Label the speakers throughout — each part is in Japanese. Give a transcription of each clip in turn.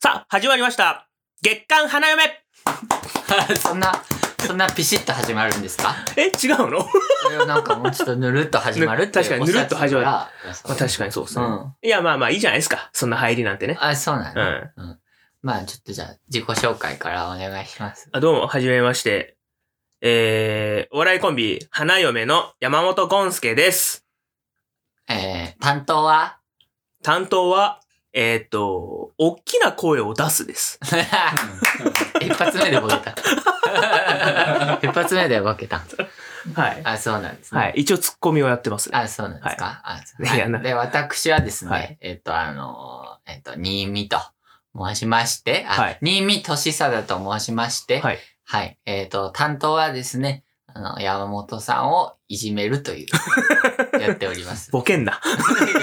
Speaker 1: さあ、始まりました。月刊花嫁
Speaker 2: そんな、そんなピシッと始まるんですか
Speaker 1: え、違うの
Speaker 2: それをなんかもうちょっとぬるっと始まるってい う
Speaker 1: 確かにぬるっと始まる
Speaker 2: おっしゃって
Speaker 1: まあ
Speaker 2: たから。
Speaker 1: 確かにそうです
Speaker 2: う
Speaker 1: ね。
Speaker 2: ん。
Speaker 1: いや、まあまあいいじゃないですか。そんな入りなんてね。
Speaker 2: あ、そうなん
Speaker 1: う
Speaker 2: だ。
Speaker 1: ん。
Speaker 2: うん。まあちょっとじゃあ、自己紹介からお願いします。
Speaker 1: あどうも、はじめまして。えー、お笑いコンビ、花嫁の山本ゴンスケです。
Speaker 2: えー、担当は
Speaker 1: 担当は、えーっと、大きな声を出すです。
Speaker 2: 一発目でボケた。 一発目でボケた。
Speaker 1: はい。
Speaker 2: あ、そうなんですね。
Speaker 1: はい。一応ツッコミをやってます。
Speaker 2: あ、そうなんですか。あそう
Speaker 1: いやな
Speaker 2: で、私はですね、
Speaker 1: はい
Speaker 2: えっ、と、あのー、えっ、と、新見と申しまして、あ、
Speaker 1: はい
Speaker 2: 新見俊貞と申しまして、
Speaker 1: はい。
Speaker 2: はい。えっ、と、担当はですね、あの、山本さんをいじめる という、やっております。
Speaker 1: ボケんな。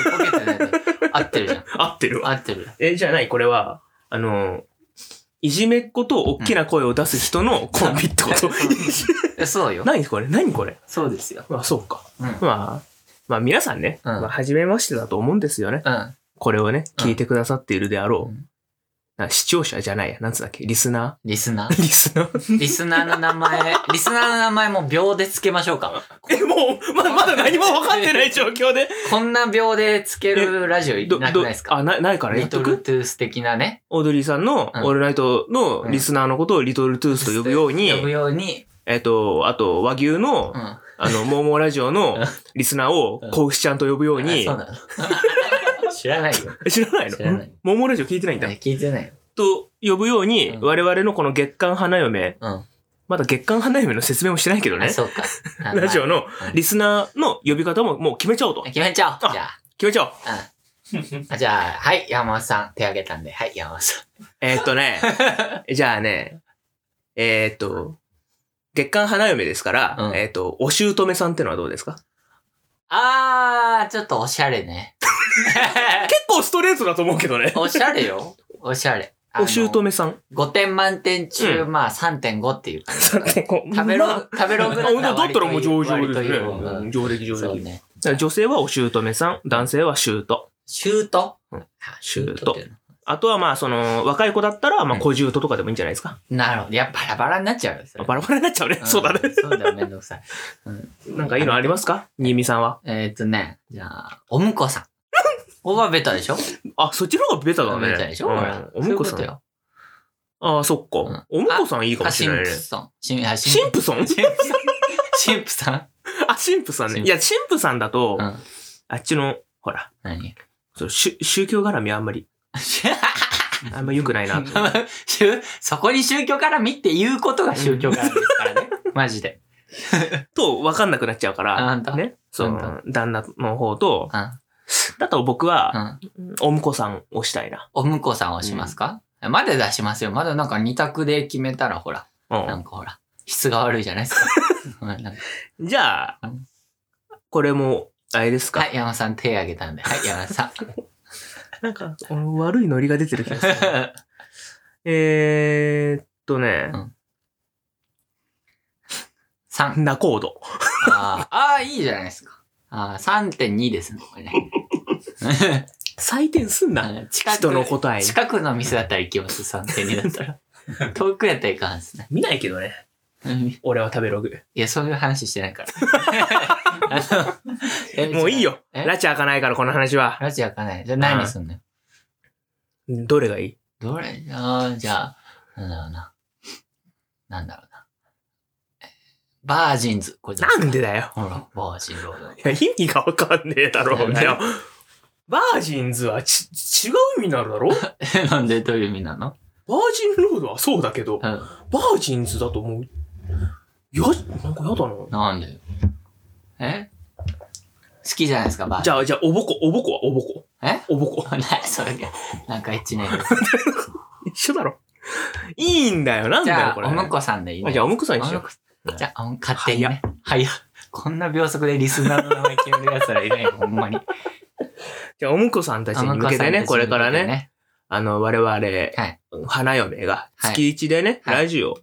Speaker 2: ボケてないで合ってるじゃん。
Speaker 1: 合ってるわ。
Speaker 2: 合っ てる。
Speaker 1: え、じゃあないこれは、あの、いじめっ子と大きな声を出す人のコンビってこと、
Speaker 2: えそうよ。
Speaker 1: 何これ何これ
Speaker 2: そうですよ。
Speaker 1: まあ、そうか。
Speaker 2: うん。うん。
Speaker 1: まあ、まあ皆さんね、
Speaker 2: うん
Speaker 1: まあ、初めましてだと思うんですよね。これをね、
Speaker 2: うん
Speaker 1: 聞いてくださっているであろう。
Speaker 2: うん
Speaker 1: あ視聴者じゃないや。なんつうんだっけリスナ
Speaker 2: リスナ
Speaker 1: ー
Speaker 2: ー
Speaker 1: リスナー
Speaker 2: リスナーの名前、リスナーの名前も秒でつけましょうか。
Speaker 1: え、もう、まだまだ何も分かってない状況 で。
Speaker 2: こんな秒でつけるラジオい
Speaker 1: ど
Speaker 2: なくないですか
Speaker 1: どあ、なないからや
Speaker 2: リ
Speaker 1: っと
Speaker 2: トル
Speaker 1: く
Speaker 2: トゥース的なね。
Speaker 1: オードリーさんの、
Speaker 2: うん
Speaker 1: オールナイトのリスナーのことをリトルトゥースと呼ぶように、
Speaker 2: 呼ぶように。
Speaker 1: えっと、あと、和牛の、
Speaker 2: うん。
Speaker 1: あの、モーモーラジオの
Speaker 2: うん
Speaker 1: リスナーを
Speaker 2: うん、
Speaker 1: こうしちゃんと呼ぶように
Speaker 2: あそ、うな の知らないよ。
Speaker 1: え知らないの
Speaker 2: 知らない
Speaker 1: モーモーラジオ聞いてないんだ。
Speaker 2: 聞いてないよ。
Speaker 1: と呼ぶように、
Speaker 2: うん
Speaker 1: 我々のこの月刊花嫁、
Speaker 2: うん。
Speaker 1: まだ月刊花嫁の説明もしてないけど
Speaker 2: あ、
Speaker 1: ね。
Speaker 2: そうか。あ
Speaker 1: ラジオ
Speaker 2: ま
Speaker 1: の
Speaker 2: うん
Speaker 1: リスナーの呼び方ももう決めちゃおうと
Speaker 2: あ。決めちゃお
Speaker 1: あ
Speaker 2: う。じゃあ。
Speaker 1: 決めちゃおう。
Speaker 2: うんあじゃあ、はい、山本さん。手挙げたんで。はい、山本さ
Speaker 1: えーっと ね、じゃあね、えーっと、月刊花嫁ですから、
Speaker 2: うん
Speaker 1: えーっと、お姑さんってのはどうですか
Speaker 2: ん。あー、ちょっとおしゃ れね。
Speaker 1: 結構ストレートだと思うけどね。
Speaker 2: おしゃれよ。おしゃれ。あ
Speaker 1: お
Speaker 2: の
Speaker 1: 姑さん。
Speaker 2: 5点満点中、まあ3.5っていう感じ。食べログ、食べロ
Speaker 1: あ
Speaker 2: グ
Speaker 1: 本当だったらもう上
Speaker 2: 々
Speaker 1: 々ですね。うん上出来上出
Speaker 2: そう
Speaker 1: 来。だ
Speaker 2: ね。
Speaker 1: から女性はお姑さん、男性は姑。
Speaker 2: シュート
Speaker 1: うん
Speaker 2: シュートっていうの
Speaker 1: あとはまあ、その、若い子だったら、まあ、小姑とかでもいいんじゃないですか。
Speaker 2: なるほど。いや、バラバラになっちゃうよ。それ
Speaker 1: バラバラになっちゃうね。そうだね。
Speaker 2: んそうだよ、めんどくさい。うん
Speaker 1: なんかいいのありますか新見さんは。
Speaker 2: えーっとね、じゃあ、おむこさん。オバベタでしょ
Speaker 1: あ、そっちの方がベタだね。
Speaker 2: ベタでしょ
Speaker 1: うん
Speaker 2: ほら。
Speaker 1: おむこさ。
Speaker 2: そういうんとよ。
Speaker 1: ああ、そっか。おむこさんいいかも
Speaker 2: あ、
Speaker 1: し
Speaker 2: シ
Speaker 1: れ
Speaker 2: ン
Speaker 1: ない
Speaker 2: プ
Speaker 1: ね。
Speaker 2: ソン。シンあシ
Speaker 1: 神
Speaker 2: ン
Speaker 1: 父さん
Speaker 2: 神父さん。神父さん。
Speaker 1: あ、神父さんね。いや、神父さんだと
Speaker 2: う、ん。
Speaker 1: あっちの、ほら、
Speaker 2: 何
Speaker 1: そう宗宗教絡みはあん まり、あんま良くないなと。
Speaker 2: 宗 そこに宗教から見って言うことが宗教からですからね。マジで。
Speaker 1: と、わかんなくなっちゃうか
Speaker 2: あ
Speaker 1: ら
Speaker 2: ほん、と
Speaker 1: ね。そ
Speaker 2: ほ
Speaker 1: の、旦那の方と、
Speaker 2: うん。
Speaker 1: だと僕は、
Speaker 2: うん。
Speaker 1: おむこさんをしたいな。
Speaker 2: おむこさんをしますかまだ出しますよ。まだなんか二択で決めたらほら。
Speaker 1: う。
Speaker 2: なんんかほら。質が悪いじゃないで すか。うんなんか
Speaker 1: じゃあ
Speaker 2: うん、
Speaker 1: これも、あれですか
Speaker 2: はい、山田さん手挙げたんで。はい、山田さ ん。
Speaker 1: なんか、俺悪いノリが出てる気がする。 えーっとね、
Speaker 2: 3。
Speaker 1: ナコード。
Speaker 2: あーあー、いいじゃないですか。ああ、3.2ですね、こ れね。
Speaker 1: 採点すん
Speaker 2: あ
Speaker 1: な。
Speaker 2: の近く
Speaker 1: 人の答えに
Speaker 2: 近くの店だったら行きます、3.2だった ら。遠くやったら行かんですね。
Speaker 1: 見ないけどね。
Speaker 2: うんい
Speaker 1: 俺は食べログ。
Speaker 2: や、そういう話し てないから。あのえ
Speaker 1: もういいよ。
Speaker 2: え
Speaker 1: ラチ開かないから、この話は。
Speaker 2: ラジ開かない。じゃあ何すんのよ。
Speaker 1: どれがいい
Speaker 2: どれあーじゃあ、なんだろうな。なんだろうな。えバージンズ。これどう
Speaker 1: なんでだよ。
Speaker 2: ほら、バージンロード。
Speaker 1: いや、意味がわかんねえだろう
Speaker 2: 何
Speaker 1: ね。バージンズはち、違う意味になるだ ろバー
Speaker 2: え なんでどういう意味なの
Speaker 1: ジンロードはそうだけど、
Speaker 2: う
Speaker 1: バ
Speaker 2: ん。
Speaker 1: ージンズだと思う。いや、なんかやだな。
Speaker 2: なんでよ。え好きじゃないですか、バー
Speaker 1: じ
Speaker 2: ジン。
Speaker 1: ゃあ、じゃあ、おぼこ、おぼこはおぼこ。
Speaker 2: え
Speaker 1: おぼこ。
Speaker 2: 何それなんか一年。
Speaker 1: 一緒だろ。いいんだよ。なん
Speaker 2: じ
Speaker 1: だ
Speaker 2: ゃ
Speaker 1: よ、
Speaker 2: あ、
Speaker 1: これ。
Speaker 2: おむこさんでいい
Speaker 1: あじゃあ、おむこさんにし
Speaker 2: お
Speaker 1: よ
Speaker 2: む
Speaker 1: う。
Speaker 2: こさんじゃあ、おむ勝手にね。はいや。こんな秒速でリスナーの名前決める奴ら いないよ、ほんまに。
Speaker 1: じゃあ、おむこさんたちに向けてね、これからね、。あの、我々、
Speaker 2: はい。
Speaker 1: 花嫁が
Speaker 2: はい
Speaker 1: 月一でね、
Speaker 2: はい
Speaker 1: ラジオ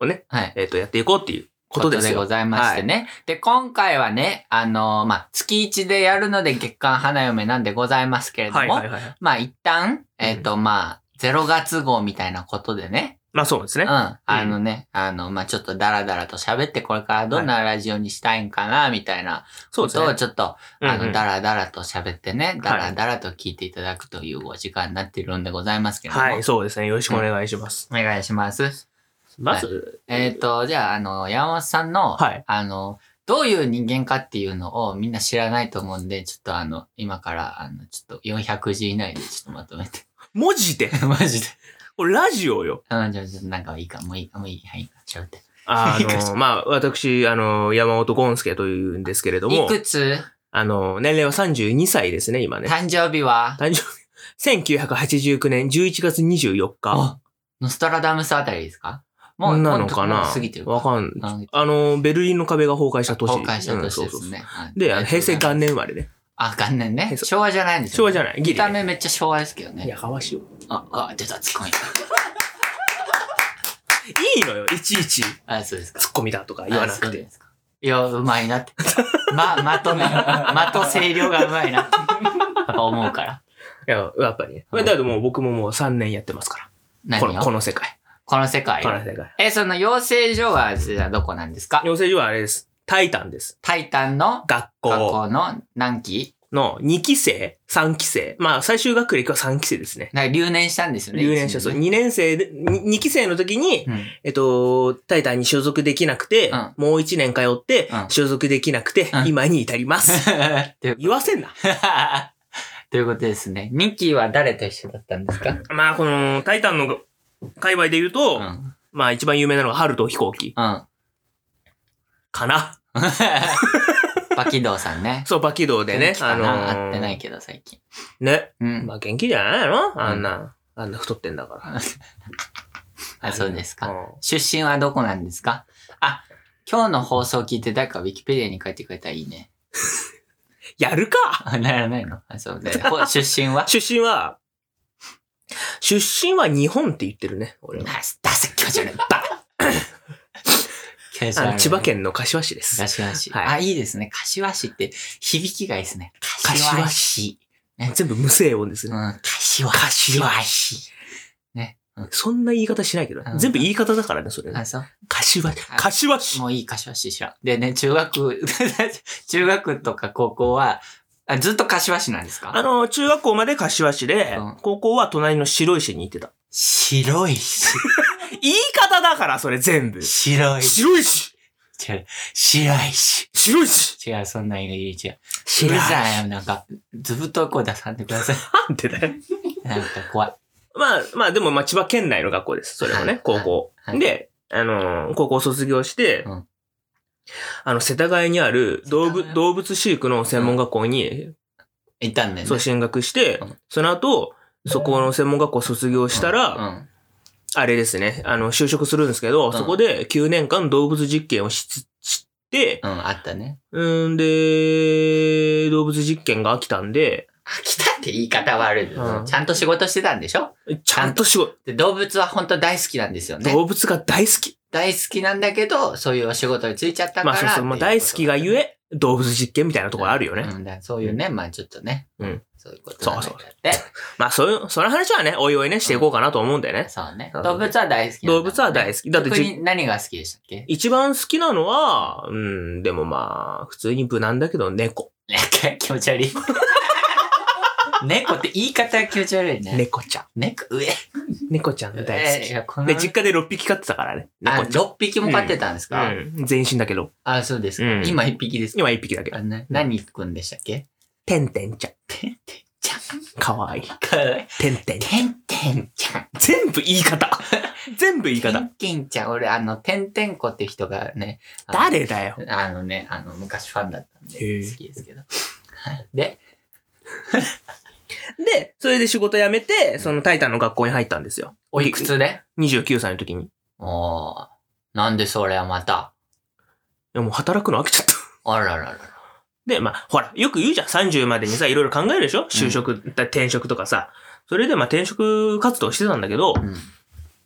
Speaker 1: をね、
Speaker 2: はい。
Speaker 1: えっ、と、やっていこうっていうことです
Speaker 2: で
Speaker 1: よ。
Speaker 2: ございましてね。で、今回はね、あのーまあ、月1でやるので月間花嫁なんでございますけれども、
Speaker 1: はいはいはい。
Speaker 2: まあ、一旦、えっ、と、まあ、0月号みたいなことでね、
Speaker 1: まあそうですね。
Speaker 2: うん。
Speaker 1: は
Speaker 2: あのね、あの、まあ、ちょっとダラダラと喋って、これからどんなラジオにしたいんかな、みたいな
Speaker 1: そう
Speaker 2: こ
Speaker 1: ですね
Speaker 2: とをちょっと、
Speaker 1: うんうん
Speaker 2: あの、ダラダラと喋ってね、ダ
Speaker 1: は
Speaker 2: ラ
Speaker 1: い
Speaker 2: ダラと聞いていただくというお時間になっているんでございますけれども。
Speaker 1: い、そうですね。よろしくお願いします。
Speaker 2: お願いします。
Speaker 1: まず、
Speaker 2: えっ、と、じゃあ、あの、山本さんの、
Speaker 1: はい
Speaker 2: あの、どういう人間かっていうのをみんな知らないと思うんで、ちょっとあの、今から、あの、ちょっと400字以内でちょっとまとめて。
Speaker 1: 文字で、
Speaker 2: マジで。
Speaker 1: これラジオ よ。
Speaker 2: うん、じゃあ、じゃあなんかいいか、もういいか、もういい。はい、喋って。
Speaker 1: あ
Speaker 2: いいか
Speaker 1: の、まあ、私、あの、山本ゴンスケというんですけれど
Speaker 2: い
Speaker 1: も、
Speaker 2: くつ
Speaker 1: あの、年齢は32歳ですね、今ね。
Speaker 2: 誕生日は
Speaker 1: 誕生日、1989年11月24日。
Speaker 2: あ、ノストラダムスあたりですかもう、
Speaker 1: なのか
Speaker 2: も
Speaker 1: な
Speaker 2: う過ぎてる
Speaker 1: わかん
Speaker 2: 過ぎてる
Speaker 1: あの、ベルリンの壁が崩壊した年。
Speaker 2: 崩壊した年
Speaker 1: うん
Speaker 2: で
Speaker 1: そうそう
Speaker 2: す
Speaker 1: そう
Speaker 2: ね。はい
Speaker 1: で、あの平成。
Speaker 2: ありがと
Speaker 1: 元
Speaker 2: うございます
Speaker 1: 年生まれね。
Speaker 2: あ、元年ね
Speaker 1: 平。成
Speaker 2: 昭和じゃないんです
Speaker 1: 昭
Speaker 2: よ、
Speaker 1: 和じゃない。ギ
Speaker 2: 見
Speaker 1: リ
Speaker 2: た
Speaker 1: ね。
Speaker 2: 目めっちゃ昭和ですけどね。
Speaker 1: やかましいよ。
Speaker 2: あ、あ、出た、ツッコミ。
Speaker 1: いいのよ、いちいち、
Speaker 2: あ、そうですか。
Speaker 1: ツッコミだとか言わな
Speaker 2: あそ
Speaker 1: く
Speaker 2: う
Speaker 1: て。
Speaker 2: ですかいや、うまいなって。ま、まとめ、 まと声量がうまいなって思うから。
Speaker 1: いや、やっぱりね。だけどもう僕ももう3年やってますか
Speaker 2: 何
Speaker 1: ら。この、
Speaker 2: を
Speaker 1: この世界。
Speaker 2: この世界
Speaker 1: こ。の世界。
Speaker 2: え、その養成所は、じゃあどこなんですか
Speaker 1: 養成所はあれです。タイタンです。
Speaker 2: タイタンの
Speaker 1: 学
Speaker 2: 学
Speaker 1: 校
Speaker 2: 校の何期
Speaker 1: の2期生、3期生。まあ、最終学歴は3期生ですね。
Speaker 2: なんか留年したんですよね。
Speaker 1: 留年者、そう。
Speaker 2: 一
Speaker 1: 2年生で、2期生の時に、
Speaker 2: 年ね
Speaker 1: えっと、タイタンに所属できなくて、
Speaker 2: うん
Speaker 1: もう1年通って
Speaker 2: う、ん
Speaker 1: 所属できなくて、
Speaker 2: うん
Speaker 1: 今に至り ます。
Speaker 2: うん。という
Speaker 1: 言わせんな。
Speaker 2: ということですね。ミキは誰と一緒だったんですか
Speaker 1: まあ、この、タイタンの界隈で言う
Speaker 2: う
Speaker 1: と、
Speaker 2: ん。
Speaker 1: まあ、一番有名なのが、春と飛行機
Speaker 2: うん。
Speaker 1: かな。
Speaker 2: バキドウさんね。
Speaker 1: そう、バキドーでね
Speaker 2: 元気、
Speaker 1: あ
Speaker 2: か
Speaker 1: の
Speaker 2: な
Speaker 1: ー
Speaker 2: 会ってないけど、最近。
Speaker 1: ね。
Speaker 2: うん。
Speaker 1: まあ元気じゃないのあんな、あんな太ってんだか
Speaker 2: あ、そうです
Speaker 1: ら。
Speaker 2: か。
Speaker 1: うん
Speaker 2: 出身はどこなんですかあ、今日の放送を聞いて誰かウィキペディアに書いてくれたらいいね。
Speaker 1: やるか
Speaker 2: あ、ならないのあ、そうで。ほ出身 は
Speaker 1: 出身は、出身は日本って言ってるね、俺は。
Speaker 2: なす、出す、気持ち悪い。バカ気持ち悪い
Speaker 1: あの千葉県の柏市です。
Speaker 2: 柏市。
Speaker 1: はい
Speaker 2: あ、いいですね。柏市って響きがいいですね。
Speaker 1: 柏
Speaker 2: 柏
Speaker 1: 市
Speaker 2: 市。
Speaker 1: 全部無声音です
Speaker 2: うん、
Speaker 1: ね。
Speaker 2: 柏市。
Speaker 1: 柏
Speaker 2: 市。
Speaker 1: そんな言い方しないけどね
Speaker 2: う。ん
Speaker 1: 全部言い方だからね、それね
Speaker 2: あ、。そう。
Speaker 1: 柏、柏市。
Speaker 2: もういい柏市知らん。でね、中学、 中学とか高校は、あずっと柏市なんです
Speaker 1: あ
Speaker 2: か
Speaker 1: の、中学校まで柏市で
Speaker 2: うん、
Speaker 1: 高校は隣の白石に行ってた。
Speaker 2: 白い市。
Speaker 1: 言い方だから、それ全部。
Speaker 2: 白い
Speaker 1: 白石
Speaker 2: 違う。白い市。
Speaker 1: 白石
Speaker 2: 違う、そんなん言い違う。う
Speaker 1: 白
Speaker 2: る
Speaker 1: 石
Speaker 2: さいよ、なんか、ずぶとい声出さんでください。
Speaker 1: なんでだよ。
Speaker 2: なんか怖い。
Speaker 1: まあ、まあでも、まあ千葉県内の学校です。それも
Speaker 2: は
Speaker 1: ね
Speaker 2: い、
Speaker 1: 高校
Speaker 2: は。い
Speaker 1: で、あのー、高校卒業して
Speaker 2: うん、
Speaker 1: あの、世田谷にある動
Speaker 2: 世田
Speaker 1: 物、
Speaker 2: 谷
Speaker 1: 動物飼育の専門学校に、
Speaker 2: いたんだよね。
Speaker 1: そう進学して
Speaker 2: うん、
Speaker 1: その後、そこの専門学校卒業したら、
Speaker 2: うん。
Speaker 1: あれですね、あの、就職するんですけど、
Speaker 2: ん
Speaker 1: そこで9年間動物実験をしつつ、して、
Speaker 2: うん、あったね。
Speaker 1: うんで、動物実験が飽きたんで、
Speaker 2: 来たって言い方悪いけど、
Speaker 1: うん
Speaker 2: ちゃんと仕事してたんでしょ
Speaker 1: ちゃんと仕事、
Speaker 2: で動物は本当大好きなんですよね。
Speaker 1: 動物が大好き。
Speaker 2: 大好きなんだけど、そういうお仕事に就いちゃったから
Speaker 1: まあそうそう、まあ大好きがゆ
Speaker 2: え、
Speaker 1: え、動物実験みたいなところあるよね。
Speaker 2: うん、だからそういうね、まあちょっとね。
Speaker 1: うん。
Speaker 2: そういうことなんだ
Speaker 1: そう
Speaker 2: って。
Speaker 1: まあ、そういう、その話はね、おいおいね、していこうかなと思うんだよね。
Speaker 2: そうね。
Speaker 1: そうそう
Speaker 2: 動物は大好きなんだも
Speaker 1: 動
Speaker 2: んね、
Speaker 1: 物は大好き。だって
Speaker 2: 特
Speaker 1: じ、
Speaker 2: に何が好きでしたっけ
Speaker 1: 一番好きなのは、うん、でもまあ、普通に無難だけど、猫。
Speaker 2: 気持 ち悪い。猫って言い方が気持ち悪いね。
Speaker 1: 猫ちゃん。
Speaker 2: 猫、上。
Speaker 1: 猫ちゃんが大
Speaker 2: えーい
Speaker 1: 好
Speaker 2: や、こ
Speaker 1: き。
Speaker 2: の
Speaker 1: で、実家で6匹飼ってたからね。
Speaker 2: あ、
Speaker 1: 猫ち
Speaker 2: 6匹も飼ってたんです
Speaker 1: ゃ
Speaker 2: か、
Speaker 1: ん。うん、全身だけど。
Speaker 2: あ、そうですか。
Speaker 1: うん
Speaker 2: 今1匹ですか
Speaker 1: 今1匹だけ。
Speaker 2: あね、何くんでしたっけ
Speaker 1: てんてんちゃん。
Speaker 2: てんてんちゃん。
Speaker 1: かわいい。
Speaker 2: かわいい
Speaker 1: てんてん。
Speaker 2: てんてんちゃん。
Speaker 1: 全部言い方。 全部言い
Speaker 2: て
Speaker 1: 方。
Speaker 2: んてんちゃん。俺、あの、てんてんこって人がね。あの
Speaker 1: 誰だよ。
Speaker 2: あのね、あの、昔ファンだったんで、
Speaker 1: へえ
Speaker 2: 好きですけど。はいで、
Speaker 1: で、それで仕事辞めて、そのタイタンの学校に入ったんですよ。
Speaker 2: おいくつで
Speaker 1: ?29 歳の時に。い
Speaker 2: おーなんでそれはまた。
Speaker 1: や、もう働くの飽きちゃった。
Speaker 2: あらららら。
Speaker 1: で、まあ、ほら、よく言うじゃん。30までにさ、いろいろ考えるでしょ就職、だ転職とかさ。それで、まあ、転職活動してたんだけど、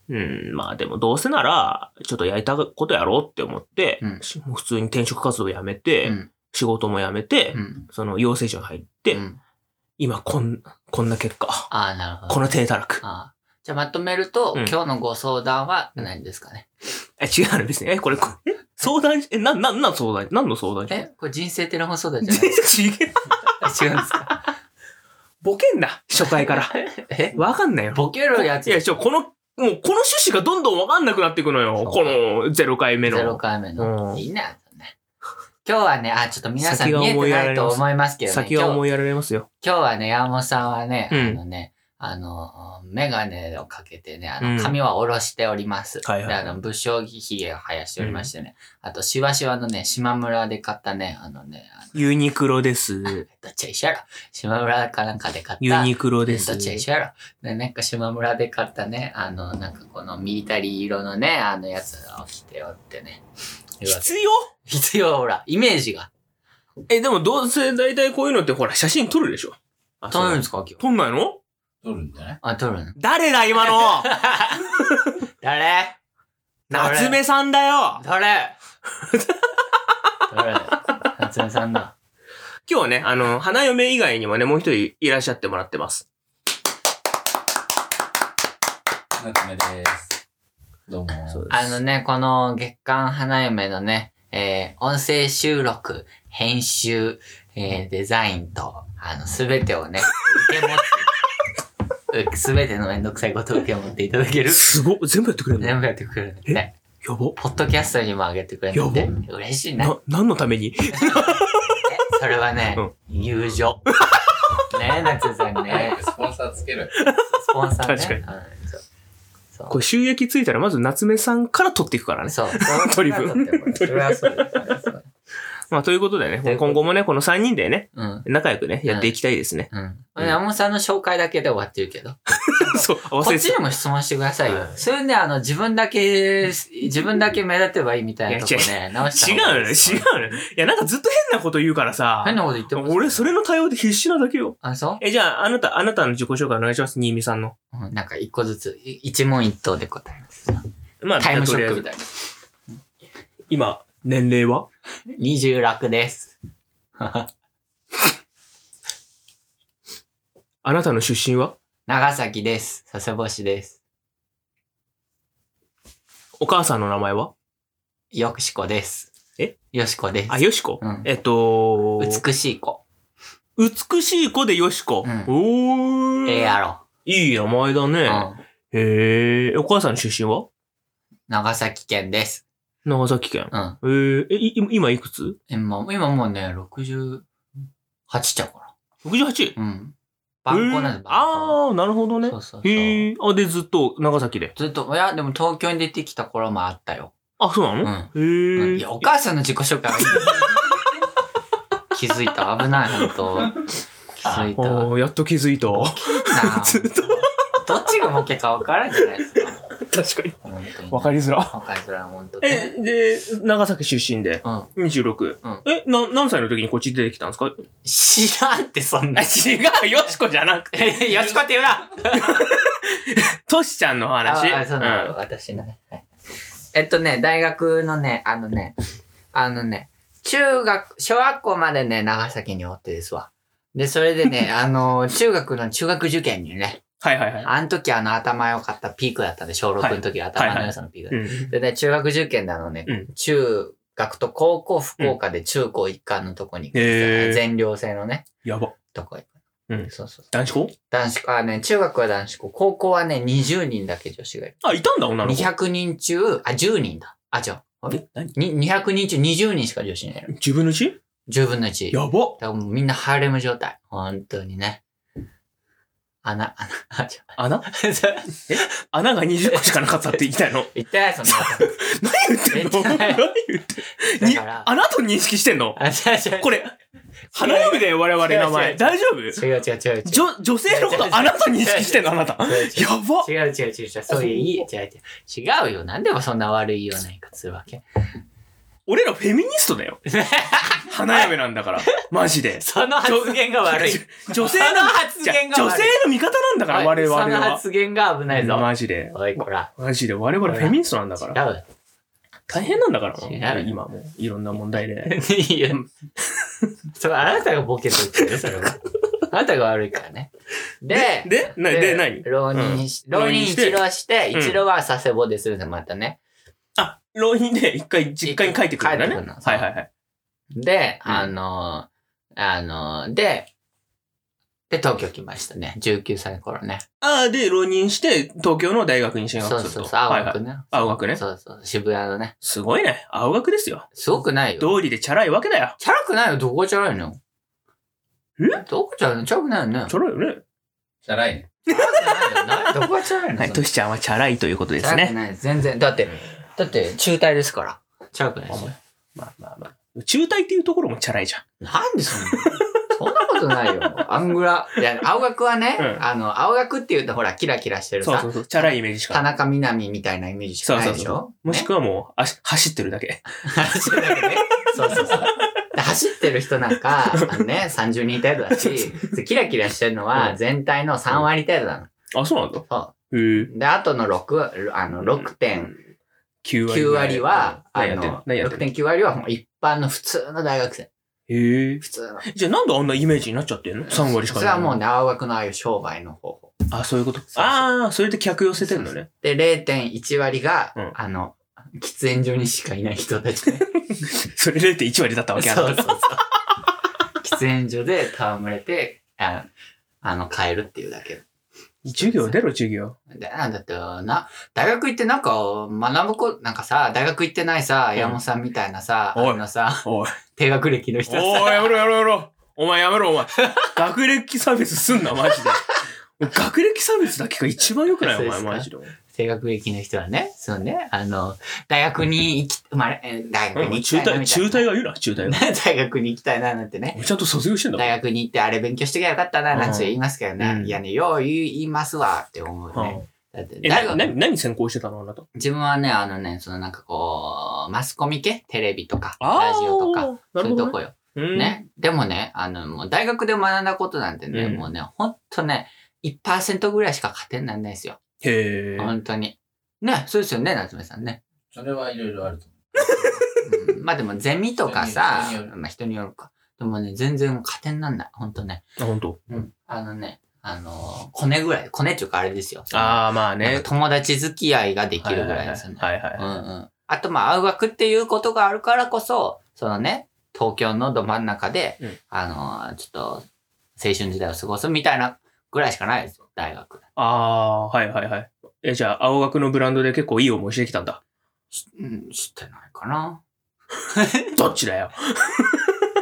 Speaker 2: うん。
Speaker 1: うん、まあでもどうせなら、ちょっとやりたいことやろうって思って、
Speaker 2: うん
Speaker 1: しもう普通に転職活動やめて、
Speaker 2: うん
Speaker 1: 仕事も辞めて、
Speaker 2: うん
Speaker 1: その養成所に入って、
Speaker 2: うん
Speaker 1: 今こん、こんな結果、
Speaker 2: ああ、なるほど。
Speaker 1: この手たらく。
Speaker 2: あーじゃあまとめると、
Speaker 1: うん
Speaker 2: 今日のご相談は何ですかね。
Speaker 1: え、違うの別に。え、これ、こえ相談し、え、な、な、なん相談何の相談
Speaker 2: え、これ人生テレフォン相談じゃな い
Speaker 1: 違う。
Speaker 2: 違うんですか
Speaker 1: ボケんな、初回から。
Speaker 2: え
Speaker 1: わかんないよ。
Speaker 2: ボケるやつ
Speaker 1: いや、ちょ、この、もうこの趣旨がどんどんわかんなくなっていくのよ。
Speaker 2: そう
Speaker 1: この0回目の。
Speaker 2: 0回目の。
Speaker 1: うん
Speaker 2: いいな、ね。今日はね、あ、ちょっと皆さん
Speaker 1: 先が
Speaker 2: 見え
Speaker 1: 思
Speaker 2: て
Speaker 1: いや
Speaker 2: な
Speaker 1: ら
Speaker 2: い
Speaker 1: れ
Speaker 2: と
Speaker 1: ます
Speaker 2: 思いますけどね。
Speaker 1: 先は思いやられますよ。
Speaker 2: 今日はね、山本さんはね、
Speaker 1: うん
Speaker 2: あのね、あの、メガネをかけてね、あ
Speaker 1: うん
Speaker 2: の、髪は下ろしております。
Speaker 1: はいはい
Speaker 2: で、あの、武将ひげを生やしておりましてね、あと、しわしわのね、島村で買ったね、あのね、あの
Speaker 1: ユニクロ です。
Speaker 2: どっちは一緒やろ。島村かなんかで買った。
Speaker 1: ユニクロです。
Speaker 2: どっちは一緒やろ。で、なんか島村で買ったね、あの、なんかこのミリタリー色のね、あのやつを着ておってね。
Speaker 1: 必要
Speaker 2: 必要、ほら、イメージが。
Speaker 1: え、でもどうせ大体こういうのってほら、写真撮るでしょ。あ
Speaker 2: 撮るんで
Speaker 1: そう
Speaker 2: すか今日。
Speaker 1: 撮んないの
Speaker 3: 撮るんじゃない
Speaker 2: あ、撮るの
Speaker 1: 誰だ、今の
Speaker 2: 誰
Speaker 1: 夏目さんだよ
Speaker 2: 誰誰夏目さんだ。
Speaker 1: 今日はね、あの、花嫁以外にもね、もう一人いらっしゃってもらってます。
Speaker 3: 夏目です。どうも。
Speaker 1: そうです
Speaker 2: あのね、この月刊花嫁のね、えー音声収録、編集、えーデザインと、あの、すべてをね、受け持 って、すべてのめんどくさいことを受け持っていただける。
Speaker 1: すごっ、全部やってくれるのや
Speaker 2: 全部やってくれるんだって。
Speaker 1: ば。
Speaker 2: ポッドキャストにも上げてくれるんだって。嬉しいな。
Speaker 1: な、何のために
Speaker 2: それはね、友情。ね夏目さんね。
Speaker 3: スポンサーつける。
Speaker 2: スポンサーね。
Speaker 1: 確かに
Speaker 2: うんそうそう
Speaker 1: これ収益ついたらまず夏目さんから取っていくからね。
Speaker 2: そう。
Speaker 1: トリプル
Speaker 2: それはそうです。
Speaker 1: まあということで
Speaker 2: とい
Speaker 1: ね、
Speaker 2: うこと
Speaker 1: 今後もね、この3人でね、
Speaker 2: うん。
Speaker 1: 仲良くね、やっていきたい ですね。
Speaker 2: うん。山本さんの紹介だけで終わってるけど。
Speaker 1: そう、
Speaker 2: こ
Speaker 1: 忘れ
Speaker 2: ってちにも質問してくださいよ
Speaker 1: は。
Speaker 2: それで、あの、自分だけ、自分だけ目立てばいいみたいなとこ
Speaker 1: い
Speaker 2: ね、直した
Speaker 1: 違う
Speaker 2: 方が
Speaker 1: の
Speaker 2: いい
Speaker 1: よ、違
Speaker 2: ですよ。
Speaker 1: うのよ。いや、なんかずっと変なこと言うからさ。
Speaker 2: 変なこと言ってます。
Speaker 1: 俺、それの対応で必死なだけよ。
Speaker 2: あ、そ
Speaker 1: え、じゃあ、あなた、あなたの自己紹介お願いします、新見さんの。
Speaker 2: ううんなんか一個ずつ、い一問一答で答えます。
Speaker 1: まあ、
Speaker 2: タイムシ
Speaker 1: とり
Speaker 2: ョ
Speaker 1: あ
Speaker 2: ッ
Speaker 1: え
Speaker 2: ク
Speaker 1: ず
Speaker 2: みたいな。
Speaker 1: 今、年齢は
Speaker 2: 26です。
Speaker 1: あなたの出身は
Speaker 2: 長崎です。佐世保市です。
Speaker 1: お母さんの名前は
Speaker 2: よくしこです。
Speaker 1: え
Speaker 2: よしこです
Speaker 1: あ、。よしこ。
Speaker 2: うん
Speaker 1: えっと、
Speaker 2: 美しい子。
Speaker 1: 美しい子でよしこ。
Speaker 2: うん
Speaker 1: おー。
Speaker 2: ええやろ。
Speaker 1: いい名前だ
Speaker 2: う
Speaker 1: ね。
Speaker 2: ん。
Speaker 1: へえ。お母さんの出身は
Speaker 2: 長崎県です。
Speaker 1: 長崎県。
Speaker 2: うん。
Speaker 1: えー、え、い今いくつ
Speaker 2: 今、今もうね、68ちゃうか
Speaker 1: ?68?
Speaker 2: ら。うん。晩婚なんです、
Speaker 1: えー
Speaker 2: 晩
Speaker 1: あー、なるほどね
Speaker 2: 婚。そうそうそう。
Speaker 1: へえ。あ、で、ずっと長崎で。
Speaker 2: ずっと、いや、でも東京に出てきた頃もあったよ。
Speaker 1: あ、そうな
Speaker 2: う
Speaker 1: の
Speaker 2: ん。
Speaker 1: へえ。
Speaker 2: いや、お母さんの自己紹介はいいんだよ 気づいた。危ない、本当気づい
Speaker 1: あ
Speaker 2: た。な
Speaker 1: ーやっと気づいた。
Speaker 2: あ
Speaker 1: ずっと。
Speaker 2: どっちがボケか分からんじゃないですか。
Speaker 1: 確かに。
Speaker 2: 本当に。
Speaker 1: わかりづら。
Speaker 2: わかりづらい、本当に。
Speaker 1: え、で、長崎出身で、
Speaker 2: うん。
Speaker 1: 26。
Speaker 2: うん
Speaker 1: え、な、何歳の時にこっち出てきたんですか
Speaker 2: 知らんって、そんな。
Speaker 1: 違う、よしこじゃなくて。
Speaker 2: え、よしこって言う な
Speaker 1: としちゃんの話。
Speaker 2: ああそうなの、私のね。はいえっとね、大学のね、あのね、あのね、中学、小学校までね、長崎におってですわ。で、それで ね、あの、中学の中学受験にね、
Speaker 1: はいはいはい。
Speaker 2: あの時あの頭良かったピークだったんで、小6の時、頭の良さのピーク
Speaker 1: うん。
Speaker 2: でね、中学受験なのね、
Speaker 1: うん
Speaker 2: 中学と高校、福岡で中高一貫のとこに行くん
Speaker 1: へ
Speaker 2: で
Speaker 1: ー
Speaker 2: すよ、全寮制のね、
Speaker 1: やば。
Speaker 2: とこ行く。
Speaker 1: うん
Speaker 2: そうそうそう。
Speaker 1: 男子校
Speaker 2: 男子、あね、中学は男子校、高校はね、20人だけ女子がいる。
Speaker 1: あ、いたんだ、女の子。
Speaker 2: 200人中、あ、10人だ。あ、違う。あれ
Speaker 1: え、何
Speaker 2: に200人中20人しか女子いないの。
Speaker 1: 自分の家
Speaker 2: 10分の1。だか
Speaker 1: やば。
Speaker 2: らもうみんなハーレム状態。本当にね。穴、穴、あ、違
Speaker 1: 穴
Speaker 2: う。それ
Speaker 1: 穴が20個しかなかったって言いたい の。
Speaker 2: 言ってない、そんなこ
Speaker 1: 何言ってんの
Speaker 2: 言って
Speaker 1: 何
Speaker 2: ない
Speaker 1: 言って
Speaker 2: と。だから。
Speaker 1: 穴と認識してんの
Speaker 2: あ、違う違う。
Speaker 1: これ、花嫁だよ、我々名
Speaker 2: 違う違
Speaker 1: 前。
Speaker 2: う
Speaker 1: 大丈夫
Speaker 2: 違う違う違う違う。
Speaker 1: 女、女性のこ
Speaker 2: 違う違う違う
Speaker 1: と穴と認識してんの、あなた。や
Speaker 2: 違う違う
Speaker 1: ば。
Speaker 2: 違う違う違う違う。そういう、いい、違う違う。違うよ。なんでもそんな悪いような言い方するわけ。
Speaker 1: 俺らフェミニストだ よ。花嫁なんだから。マジで。
Speaker 2: その発言が悪い。
Speaker 1: 女女性の
Speaker 2: その発言が悪い
Speaker 1: 女性の味方なんだから、我々
Speaker 2: その
Speaker 1: は。
Speaker 2: 発言が危ないぞ。
Speaker 1: マジで。
Speaker 2: おい、こら。
Speaker 1: マジで。我々フェミニストなんだ
Speaker 2: 違
Speaker 1: から。
Speaker 2: う。
Speaker 1: 大変なんだからもう、
Speaker 2: 違う
Speaker 1: 今もう。いろんな問題で。
Speaker 2: いや、それあなたがボケてるってね、それは。あなたが悪いからね。で、
Speaker 1: で、な、で、何
Speaker 2: 浪人し、
Speaker 1: うん
Speaker 2: 浪人一浪して、
Speaker 1: うん
Speaker 2: 一浪は佐世保でするの、またね。
Speaker 1: あ、浪人で一回実家に帰ってくるんだね。
Speaker 2: 帰っ
Speaker 1: は
Speaker 2: てくるの
Speaker 1: いはいはい。
Speaker 2: で、
Speaker 1: うん
Speaker 2: あのー、あのー、で、で、東京来ましたね。19歳の頃ね。
Speaker 1: ああ、で、浪人して、東京の大学に進
Speaker 2: そう
Speaker 1: 学す
Speaker 2: そ
Speaker 1: る
Speaker 2: う
Speaker 1: と。
Speaker 2: そう、青
Speaker 1: はいは
Speaker 2: 学
Speaker 1: い。
Speaker 2: ね。
Speaker 1: 青学ね。
Speaker 2: そうそう、渋谷のね。
Speaker 1: すごいね。青学ですよ。
Speaker 2: すごくないよ。
Speaker 1: 道理でチャラいわけだよ。
Speaker 2: チャラくないよ、どこチャラいの
Speaker 1: え
Speaker 2: どこチャラいのチャラくないよね。
Speaker 1: チャラいよね。
Speaker 3: チャラいね。
Speaker 2: チャラくないよな。どこがチャラいの
Speaker 1: はい、トシちゃんはチャラいということで
Speaker 2: チャ
Speaker 1: す
Speaker 2: ラく
Speaker 1: ね。
Speaker 2: ない全然。だって、だって、中退ですから。チャラくないですよ。
Speaker 1: まあまあまあ。中退っていうところもチャラいじゃん。
Speaker 2: なんでそんな。そんなことないよ。アングラ。いや、青学はね、
Speaker 1: うん
Speaker 2: あの、青学っていうとほら、キラキラしてる
Speaker 1: そう
Speaker 2: さ、
Speaker 1: そうそう。チャラいイメージしか
Speaker 2: 田
Speaker 1: ない。
Speaker 2: 中みなみみたいなイメージしかないでし
Speaker 1: そうそう
Speaker 2: ょ
Speaker 1: もしくはもう、足走ってるだけ。
Speaker 2: 走るだけね。 そうそうそう。で走ってる人な んか、あのね、30人程度だし、キラキラしてるの
Speaker 1: う
Speaker 2: は
Speaker 1: ん
Speaker 2: 全体の3割程度なの。
Speaker 1: あ、そうなんだ。
Speaker 2: そ
Speaker 1: へえ。
Speaker 2: う。で、あとの6、あの、6.9
Speaker 1: 9
Speaker 2: 割は、あ
Speaker 1: 何やってんの
Speaker 2: の、
Speaker 1: 何やってんの
Speaker 2: 6.9割はもう一般の普通の大学生。
Speaker 1: へえ。
Speaker 2: 普通の。
Speaker 1: じゃあなんであんなイメージになっちゃってんの ?3 割しか
Speaker 2: そ
Speaker 1: ない。
Speaker 2: れはもうね、青学のああいう商売の方法。
Speaker 1: あ、そういうこと。
Speaker 2: そう
Speaker 1: ああ、それで客寄せてんのね。
Speaker 2: で、0.1割が、
Speaker 1: うん
Speaker 2: あの、喫煙所にしかいない人たちね。
Speaker 1: それ0.1割だったわけや
Speaker 2: そう
Speaker 1: な
Speaker 2: そうそう。喫煙所で戯れて、ああの、帰るっていうだけ。
Speaker 1: 授業出ろ、授業。
Speaker 2: でなんだって、な、大学行ってなんか、学ぶこ、なんかさ、大学行ってないさ、
Speaker 1: ん
Speaker 2: 山本さんみたいなさ、
Speaker 1: おい
Speaker 2: あのさ、
Speaker 1: おい。
Speaker 2: 低学歴の人
Speaker 1: お
Speaker 2: さ、
Speaker 1: い、やめろやめろやめろ。お前やめろ、お前。学歴差別すんな、マジで。 学歴差別だけが一番良くない、お
Speaker 2: そうで
Speaker 1: 前、
Speaker 2: すか
Speaker 1: マジで。
Speaker 2: 低学歴の人はね、そうね、あの、大学に行き、生まれ、え大学に行
Speaker 1: 中
Speaker 2: きたい
Speaker 1: 退、
Speaker 2: なみた
Speaker 1: 中
Speaker 2: いな。
Speaker 1: 退が言うな、中退が。
Speaker 2: 大学に行きたいななんてね。
Speaker 1: ちゃんと卒業してんだもん
Speaker 2: 大学に行ってあれ勉強してきゃよかったな、なんて言いますけどね。
Speaker 1: うん
Speaker 2: いやね、よう言いますわって思うね。
Speaker 1: は
Speaker 2: だって
Speaker 1: いえ、
Speaker 2: 大
Speaker 1: な
Speaker 2: 学
Speaker 1: 何、何専攻してたのあなた。
Speaker 2: 自分はね、あのね、そのなんかこう、マスコミ系テレビとか、ラジオとか、
Speaker 1: ー、な
Speaker 2: そう
Speaker 1: る
Speaker 2: い
Speaker 1: ほ
Speaker 2: うと
Speaker 1: ど
Speaker 2: こ
Speaker 1: ね。
Speaker 2: よ。
Speaker 1: うん。
Speaker 2: ね。でもね、あの、もう大学で学んだことなんてね、
Speaker 1: うん
Speaker 2: もうね、ほんとね、1%ぐらいしか勝てにならないですよ。
Speaker 1: へ
Speaker 2: ほ
Speaker 1: え。
Speaker 2: んとに。ね、そうですよね、夏目さんね。
Speaker 3: それはいろいろあ ると思
Speaker 2: うんまあでもゼミとかさ
Speaker 3: 人による、
Speaker 2: まあ人によるか。でもね、全然加点なんない。ほんとね。
Speaker 1: あ、ほんと。
Speaker 2: うん。あのね、あのー、コネぐらい。コネっていうかあれですよ。
Speaker 1: ああ、まあ
Speaker 2: あね。
Speaker 1: ね。
Speaker 2: 友達付き合いができ
Speaker 1: はい
Speaker 2: る
Speaker 1: は
Speaker 2: ぐらい
Speaker 1: い
Speaker 2: で
Speaker 1: はい
Speaker 2: すよね。
Speaker 1: はいはい。
Speaker 2: うんうん。あと、まあ、青学っていうことがあるからこそ、そのね、東京のど真ん中で、
Speaker 1: うん
Speaker 2: あのー、ちょっと、青春時代を過ごすみたいなぐらいしかないですよ、大学。
Speaker 1: ああ、はいはいはい。え、じゃあ、青学のブランドで結構いい思いしてきたんだ。
Speaker 2: しうん、知ってないかな。
Speaker 1: どっちだよ。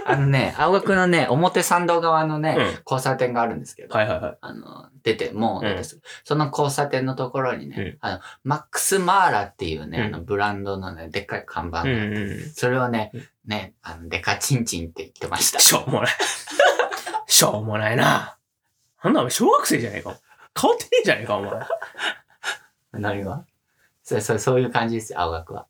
Speaker 2: あの ね、青学のね、表参道側のね、
Speaker 1: うん
Speaker 2: 交差点があるんですけど、
Speaker 1: はいはいはい。
Speaker 2: あの、出て、もう出てすぐ、その交差点のところにね、あの、マックス・マーラっていうね、
Speaker 1: うん
Speaker 2: あのブランドのね、でっかい看板、
Speaker 1: うんうん。
Speaker 2: それをね
Speaker 1: う、
Speaker 2: ね、あの、デカチンチンって言って ました。
Speaker 1: しょうもない。しょうもないな。あんなお前小学生じゃないか。変わってねえじゃないか、お前。
Speaker 2: 何がそうそう、そういう感じですよ、青学は。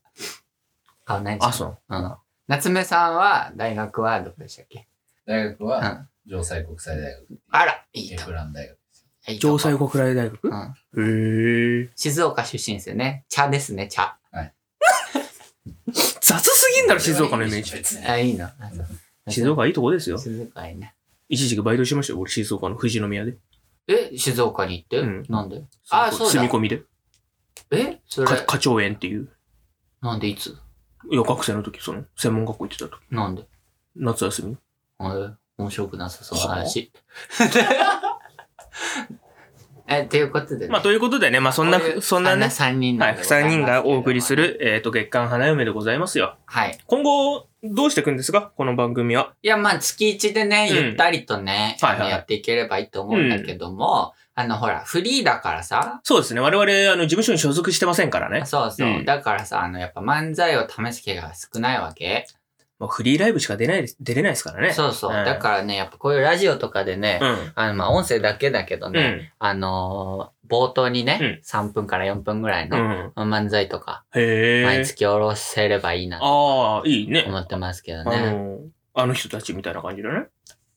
Speaker 2: 変わんないんですよ。
Speaker 1: そう。
Speaker 2: うん。夏目さんは、大学はどこでしたっけ
Speaker 3: う。大学
Speaker 2: う
Speaker 3: は
Speaker 2: ん。
Speaker 3: 城西国際大学。
Speaker 2: あら、いい
Speaker 3: エ
Speaker 2: と
Speaker 3: プ
Speaker 2: こ。
Speaker 3: ラン大学。
Speaker 2: いいとこ
Speaker 1: 城西国際大学
Speaker 2: うん。
Speaker 1: へえ。
Speaker 2: 静岡出身ですよね。茶ですね、茶。
Speaker 1: 雑すぎんだろ、静岡のイ メージ。
Speaker 3: ジ
Speaker 2: あ、いいの。
Speaker 1: 静岡いいとこですよ。
Speaker 2: 静岡いいね。
Speaker 1: 一時期バイトしましたよ、俺、静岡の富士宮で。
Speaker 2: え、静岡に行って、
Speaker 1: うん
Speaker 2: なんであ、そう
Speaker 1: 住
Speaker 2: だ
Speaker 1: み。込みで。
Speaker 2: えそれ
Speaker 1: か、花鳥園っていう。
Speaker 2: なんでいつ
Speaker 1: いや、学生の時、その、専門学校行ってた時。
Speaker 2: なんで
Speaker 1: 夏休み。
Speaker 2: えー面白くなさそうな話。 え、ということでね。
Speaker 1: まあ、ということでね、まあ、そんな
Speaker 2: こうい、う
Speaker 1: そんなね、
Speaker 2: 3人
Speaker 1: は、
Speaker 2: ないんでござい
Speaker 1: 3
Speaker 2: ます
Speaker 1: 人がお送りす
Speaker 2: けれどもね。
Speaker 1: る、えっ、と、月刊花嫁でございますよ。
Speaker 2: はい。
Speaker 1: 今後、どうしていくんですかこの番組は。
Speaker 2: いや、まあ、月一でね、
Speaker 1: うん
Speaker 2: ゆったりとね、
Speaker 1: はいはい
Speaker 2: あのやっていければいいと思うんだけども、あの、ほら、フリーだからさ、
Speaker 1: そうですね。我々、あの、事務所に所属してませんからね。
Speaker 2: そうそう、
Speaker 1: うん
Speaker 2: だからさ、あの、やっぱ漫才を試す機会が少ないわけ。
Speaker 1: もうフリーライブしか出ないです、出れないですからね。
Speaker 2: そうそう、
Speaker 1: うん
Speaker 2: だからね、やっぱこういうラジオとかでね、
Speaker 1: うん。
Speaker 2: あの、まあ、音声だけだけど
Speaker 1: う
Speaker 2: ね、
Speaker 1: ん。
Speaker 2: あのー冒頭にね、
Speaker 1: うん
Speaker 2: 3分から4分ぐらい
Speaker 1: うん。
Speaker 2: の漫才とか、
Speaker 1: へ
Speaker 2: 毎
Speaker 1: え。
Speaker 2: 月おろせればいいなと
Speaker 1: ああ、いいね。
Speaker 2: 思ってますけど
Speaker 1: あ
Speaker 2: ね。
Speaker 1: の、あの人たちみたいな感じだね。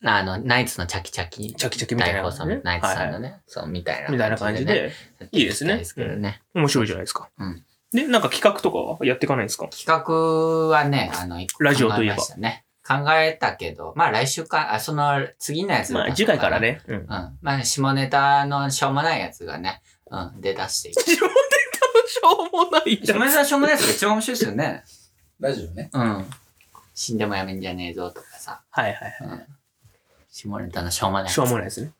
Speaker 2: あの、ナイツのチャキチャキ。
Speaker 1: チャキチャキみたいな感
Speaker 2: 大放
Speaker 1: じ
Speaker 2: 送
Speaker 1: ね
Speaker 2: のナイツさ
Speaker 1: は
Speaker 2: んのね、そう、みたいな。
Speaker 1: みたいな感じ。で、いいですね
Speaker 2: ですけどね。
Speaker 1: 面白いじゃないですか
Speaker 2: うん。
Speaker 1: で、なんか企画とかはやっていかないんですか
Speaker 2: 企画はね、あの、一個
Speaker 1: ラジオといえば
Speaker 2: 考ましたね。考えたけど、まあ来週か、あ、その次のやつ
Speaker 1: まあ、次回から。ね。うん。
Speaker 2: うん。まあ、下ネタのしょうもないやつがね、うん、で出していく。
Speaker 1: 自分で多分しょうもないじ
Speaker 2: 下
Speaker 1: ゃん。
Speaker 2: ネタのしょうもないやつが一番面白いですよね。
Speaker 3: ラジオね。
Speaker 2: うん。死んでもやめんじゃねえぞとかさ、
Speaker 1: はいはい。
Speaker 2: 下ネタのしょうもないやつ
Speaker 1: しょうもないですね。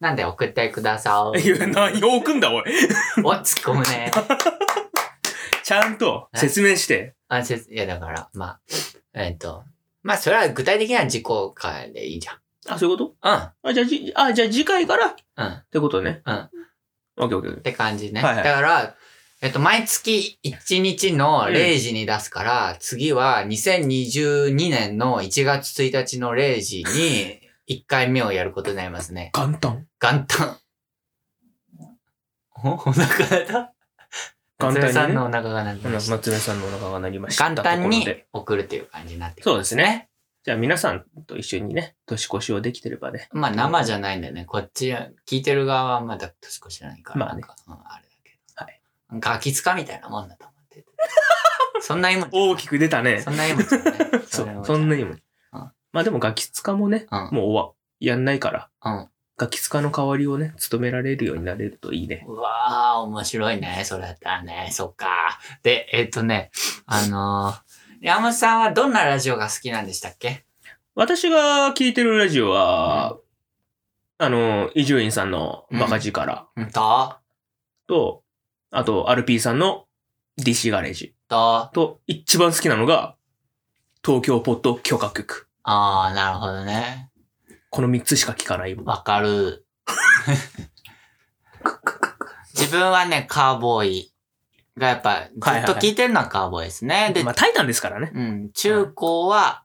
Speaker 2: なんで送ってくださ い。
Speaker 1: いや、何を置くんだ、おい。
Speaker 2: お、突っ込むね。
Speaker 1: ちゃんと説明して。
Speaker 2: あ、せいや、だから、まあ、えっ、と、まあ、それは具体的な自己会でいいじ
Speaker 1: あ、そういうこと
Speaker 2: ゃん。
Speaker 1: あ、じゃあ、じ、あ、じゃあ次回からっ
Speaker 2: うん。うん。って
Speaker 1: ことね。
Speaker 2: うん
Speaker 1: オッケーオッケーオッケ
Speaker 2: て感じね。
Speaker 1: はいはい
Speaker 2: だから、えっと、毎月1日の0時に出すから、次は2022年の1月1日の0時に1回目をやることになりますね。
Speaker 1: ー。元旦。
Speaker 2: 元 旦。お、お腹がだ。
Speaker 1: 元旦にね
Speaker 2: 夏目さんのお腹が鳴りました
Speaker 1: 松根さんのお腹が鳴りました。
Speaker 2: 元旦
Speaker 1: ところ
Speaker 2: に
Speaker 1: で
Speaker 2: 送るという感じになってくる
Speaker 1: そうですね。じゃあ皆さんと一緒にね、年越しをできてればね。
Speaker 2: まあ生じゃないんだよね。こっち、聞いてる側はまだ年越しじゃないから。
Speaker 1: まあね
Speaker 2: なんか、うんあれだけど。
Speaker 1: はい
Speaker 2: なんかガキつかみたいなもんだと思ってて。そんな今
Speaker 1: 大きく出たね。
Speaker 2: そんな今じゃない。
Speaker 1: そ
Speaker 2: れ
Speaker 1: う
Speaker 2: は、
Speaker 1: そんなにも。
Speaker 2: うん
Speaker 1: まあでもガキツカもね、
Speaker 2: うん
Speaker 1: もう終わ、やんないから、
Speaker 2: うん。
Speaker 1: ガキツカの代わりをね、務められるようになれるといいね。
Speaker 2: うわあ、面白いね。それだったらね。そっか。で、えっ、とね、あのー、山本さんはどんなラジオが好きなんでしたっけ
Speaker 1: 私が聞いてるラジオは、あの、伊集院さんのバカ力
Speaker 2: うんと、
Speaker 1: と、あと、RP さんの DC ガレージ
Speaker 2: と、
Speaker 1: と、一番好きなのが、東京ポッド許可局。
Speaker 2: ああ、なるほどね。
Speaker 1: この3つしか聞かない。
Speaker 2: わか る。自分はね、カーボーイがやっぱ、ずっと聞いてるのはカーボーイですね。で、
Speaker 1: まあ、タイタンですからね。
Speaker 2: うん、中高は、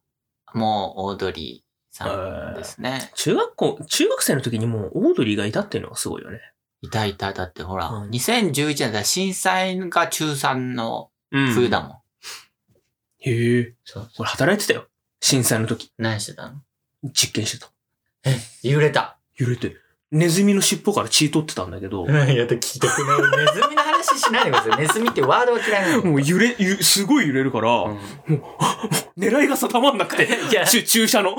Speaker 2: もう、オードリーさんですね。
Speaker 1: 中学校、中学生の時にもうオードリーがいたっていうのがすごいよね。
Speaker 2: いたいた、だってほら、
Speaker 1: うん
Speaker 2: 2011年だから震災が中3の
Speaker 1: うん
Speaker 2: 冬だもん。
Speaker 1: へえ。
Speaker 2: そうそ
Speaker 1: 俺働いてたよ。震災の時。
Speaker 2: う。何してたの
Speaker 1: 実験してた。
Speaker 2: 揺れた。
Speaker 1: 揺れて。ネズミの尻尾から血取ってたんだけど、
Speaker 2: いや、聞きたくない。ネズミの話しないでください。ネズミってワードは嫌いなの。
Speaker 1: もう揺れ、ゆすごい揺れるから、
Speaker 2: うん
Speaker 1: 狙いが定まんなくて、
Speaker 2: いや
Speaker 1: ち注射の。
Speaker 2: 嘘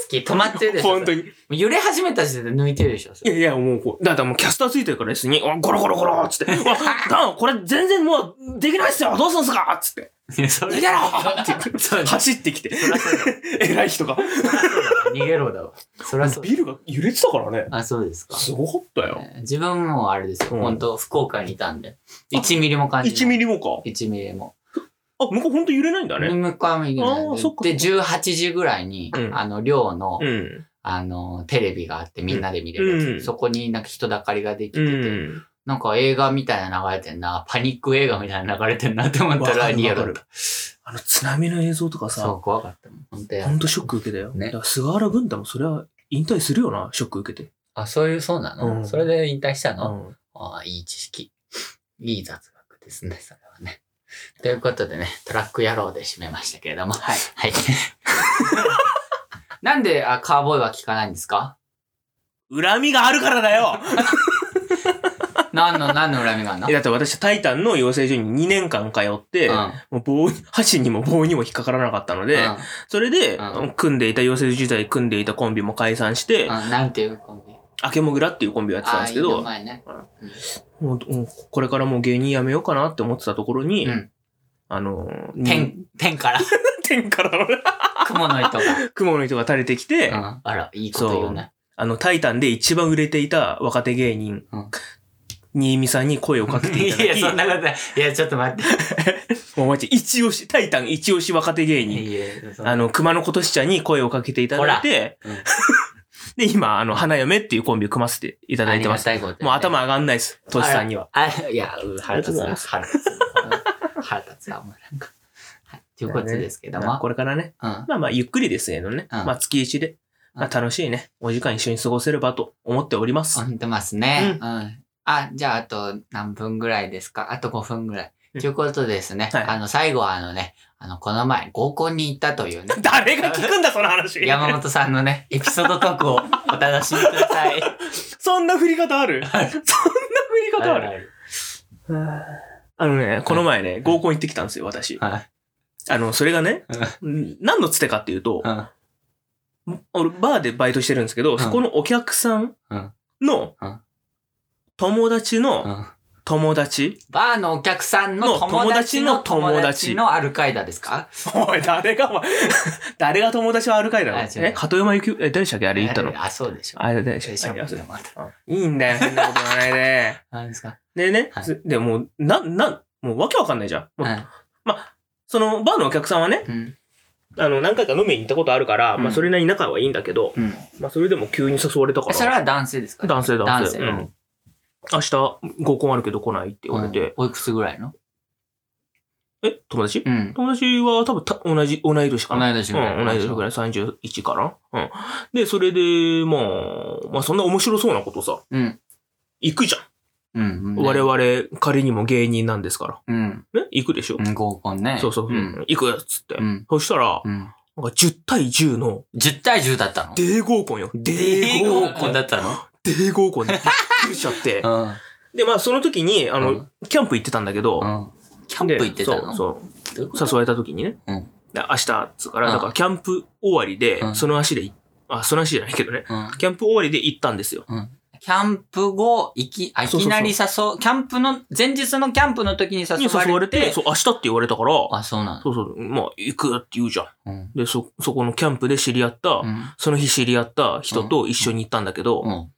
Speaker 2: つき、止まってるでしょ。
Speaker 1: 本当
Speaker 2: に。
Speaker 1: に。
Speaker 2: 揺れ始めた時点で抜いてるでしょ。そ
Speaker 1: い
Speaker 2: れ
Speaker 1: やいや、もうこう、だからもうキャスターついてるから椅子に、あゴロゴロゴロっつ って、うわ、ダン、これ全然もう、できないっすよどうすんすかっつって、
Speaker 2: いや、そ
Speaker 1: 逃
Speaker 2: れ
Speaker 1: げろって言
Speaker 2: そう
Speaker 1: って、
Speaker 2: だ
Speaker 1: 走ってきて、
Speaker 2: そらそうだわ。
Speaker 1: 偉い人が。
Speaker 2: 逃げろだわ。そらそうだ。
Speaker 1: ビルが揺れてたからね。
Speaker 2: あ、そうですか。
Speaker 1: すごかったよ。
Speaker 2: えー自分もあれですよ。
Speaker 1: うん
Speaker 2: 本当福岡にいたんで。1ミリも感じ
Speaker 1: 1
Speaker 2: な
Speaker 1: ミ
Speaker 2: い。
Speaker 1: リもか。
Speaker 2: 1ミリも。
Speaker 1: あ、向こうほんと揺れないんだね。
Speaker 2: 向こうは右なん
Speaker 1: あー
Speaker 2: で
Speaker 1: そっか
Speaker 2: で、18時ぐらいに、
Speaker 1: うん
Speaker 2: あの、寮の、
Speaker 1: うん。
Speaker 2: あの、テレビがあってみんなで見れるやつ、
Speaker 1: うん
Speaker 2: そこになんか人だかりができて
Speaker 1: う
Speaker 2: て、
Speaker 1: ん。
Speaker 2: なんか映画みたいな流れてんな、パニック映画みたいな流れてんなって思った
Speaker 1: わからる
Speaker 2: リアルだ
Speaker 1: わ
Speaker 2: っ
Speaker 1: か
Speaker 2: た。
Speaker 1: あの、津波の映像とかさ、
Speaker 2: そう、怖かったもん。本当や
Speaker 1: ほんとショック受けたよ。
Speaker 2: ね
Speaker 1: だから菅原文太もそれは引退するよな、ショック受けて。
Speaker 2: あ、そういう、そうなの、
Speaker 1: うん
Speaker 2: それで引退した
Speaker 1: う
Speaker 2: の、
Speaker 1: ん。
Speaker 2: ああ、いい知識。いい雑学ですね、それはね。ということでね、トラック野郎で締めましたけれども。はい。 はい。なんで、あ、カーボーイは聞かないんですか
Speaker 1: 恨みがあるからだよ
Speaker 2: 何の、何の恨みがあんの
Speaker 1: えだって私、タイタンの養成所に2年間通って、
Speaker 2: うん
Speaker 1: もう棒に、箸にも棒にも引っかからなかったので、
Speaker 2: うん
Speaker 1: それで、
Speaker 2: う
Speaker 1: 組んでいた養成所時代組んでいたコンビも解散して、
Speaker 2: うんなんていうコンビ
Speaker 1: アケモグラっていうコンビをやってたん
Speaker 2: あ
Speaker 1: です
Speaker 2: あー、
Speaker 1: け
Speaker 2: いい
Speaker 1: ど、
Speaker 2: 名前ね。
Speaker 1: もうもうこれからもう芸人辞めようかなって思ってたところに、
Speaker 2: うん
Speaker 1: あのー、に
Speaker 2: 天、天から、
Speaker 1: 天からの
Speaker 2: 雲の糸が。
Speaker 1: 雲の糸が垂れてきて、
Speaker 2: うんあら、いいこと言うね。
Speaker 1: あの、タイタンで一番売れていた若手芸人、
Speaker 2: うん
Speaker 1: 新見さんに声をかけて
Speaker 2: い
Speaker 1: いただ
Speaker 2: や、
Speaker 1: き、
Speaker 2: そんなことない。いや、ちょっと待って。
Speaker 1: もうマジ、一押し、タイタン一押し若手芸人、
Speaker 2: いやそんな
Speaker 1: あの、熊野琴しちゃんに声をかけていただいて、
Speaker 2: ほらうん
Speaker 1: で、今、あの、花嫁っていうコンビを組ませていただいてます。
Speaker 2: ありがたいこと
Speaker 1: もう頭上がんないです、としさんには。。
Speaker 2: あらあいや、うん腹立つな。腹立つな。腹立つな、お前なんか。はいということですけど
Speaker 1: まあ
Speaker 2: も。
Speaker 1: これからね、
Speaker 2: うん。
Speaker 1: まあまあ、ゆっくりですけどね、
Speaker 2: うん
Speaker 1: まあ、月一で、まあ、楽しいね、お時間一緒に過ごせればと思っております。
Speaker 2: 思ってますね。うん。あ、じゃああと何分ぐらいですかあと5分ぐらい。
Speaker 1: うん
Speaker 2: ということでですね、
Speaker 1: はい、
Speaker 2: あの、最後はあのね、あの、この前合コンに行ったというね
Speaker 1: 誰が聞くんだ、その話。
Speaker 2: 山本さんのね、エピソードトークをお楽しみください。
Speaker 1: そんな振り方あるそんな振り方ある、
Speaker 2: はい
Speaker 1: あのね、この前ね、合コン行ってきたんですよ、私。
Speaker 2: はい
Speaker 1: あの、それがね、ん何のつてかっていうと、
Speaker 2: うん
Speaker 1: 俺、バーでバイトしてるんですけど、
Speaker 2: ん
Speaker 1: そこのお客さん
Speaker 2: うん
Speaker 1: の
Speaker 2: うん、
Speaker 1: 友達
Speaker 2: う
Speaker 1: の
Speaker 2: ん
Speaker 1: 友達。
Speaker 2: バーのお客さんの
Speaker 1: の
Speaker 2: 友達の
Speaker 1: 友達の
Speaker 2: 友達のアルカイダですか
Speaker 1: おい、誰が、お前 誰が友達はあるかいだろ
Speaker 2: あ違う
Speaker 1: え、片山由紀夫、え、誰でしたっけあ
Speaker 2: あ
Speaker 1: れ言ったの
Speaker 2: あ、そうでしょ。
Speaker 1: あれ誰で
Speaker 2: で
Speaker 1: し
Speaker 2: した
Speaker 1: っ
Speaker 2: ょ
Speaker 1: けあそう
Speaker 2: また
Speaker 1: いいんだよ、変なこと言わないで。
Speaker 2: 何ですか
Speaker 1: でね、
Speaker 2: はい
Speaker 1: すでもう、な、な、もうわけわかんないじゃん。もう
Speaker 2: はい
Speaker 1: その、バーのお客さんはね、
Speaker 2: うん。
Speaker 1: あの、何回か飲みに行ったことあるから、
Speaker 2: うん
Speaker 1: まあ、それなりに仲はいいんだけど、
Speaker 2: うん。
Speaker 1: まあ、それでも急に誘われたから。
Speaker 2: それは男性ですか
Speaker 1: 男性、男性。
Speaker 2: 男性
Speaker 1: うん。明日、合コンあるけど来ないって言われ
Speaker 2: うん
Speaker 1: て、
Speaker 2: おいくつぐらいの
Speaker 1: え、友達
Speaker 2: うん。
Speaker 1: 友達は多分た同じ、同い年か
Speaker 2: 同
Speaker 1: な。
Speaker 2: い年ぐらい。
Speaker 1: うん、同い年ぐらい、31かな。うん。で、それで、まあ、まあ、そんな面白そうなことさ、
Speaker 2: うん。
Speaker 1: 行くじゃん。
Speaker 2: うん。
Speaker 1: 我々、仮にも芸人なんですか
Speaker 2: うん。
Speaker 1: ら。ね行くでしょ
Speaker 2: う。ん合コンね。
Speaker 1: そうそうそう。
Speaker 2: ん。
Speaker 1: 行くやつって
Speaker 2: う。ん。
Speaker 1: そしたら、
Speaker 2: うん。
Speaker 1: なんか10対10の、
Speaker 2: 10対10だったの
Speaker 1: デー合コンよ。デー
Speaker 2: 合
Speaker 1: 合コ
Speaker 2: コン
Speaker 1: ン。
Speaker 2: だったの
Speaker 1: デー合 コンでびっくりしちゃって。で、まあ、その時に、あ
Speaker 2: う
Speaker 1: の
Speaker 2: ん、
Speaker 1: キャンプ行ってたんだけど、
Speaker 2: うん。うん。キャンプ行ってたの
Speaker 1: でそう、
Speaker 2: どういうこと
Speaker 1: そう。誘われた時にね。
Speaker 2: うん
Speaker 1: で明日、つうから、
Speaker 2: うん
Speaker 1: だから、キャンプ終わりで、
Speaker 2: うん
Speaker 1: その足でい、あ、その足じゃないけどね。
Speaker 2: うん
Speaker 1: キャンプ終わりで行ったんですよ。
Speaker 2: キャンプ後、いき、あい
Speaker 1: そうそうそう
Speaker 2: きなり誘う、キャンプの、前日のキャンプの時に
Speaker 1: に
Speaker 2: 誘われて。
Speaker 1: 誘われて、そう、明日って言われたから、
Speaker 2: あ、そうなの
Speaker 1: そうそう、まあ、行くって言うじゃん。
Speaker 2: うん。
Speaker 1: で、そ、そこのキャンプで知り合った、
Speaker 2: うん。
Speaker 1: その日知り合った人と一緒に行ったんだけど、
Speaker 2: うん。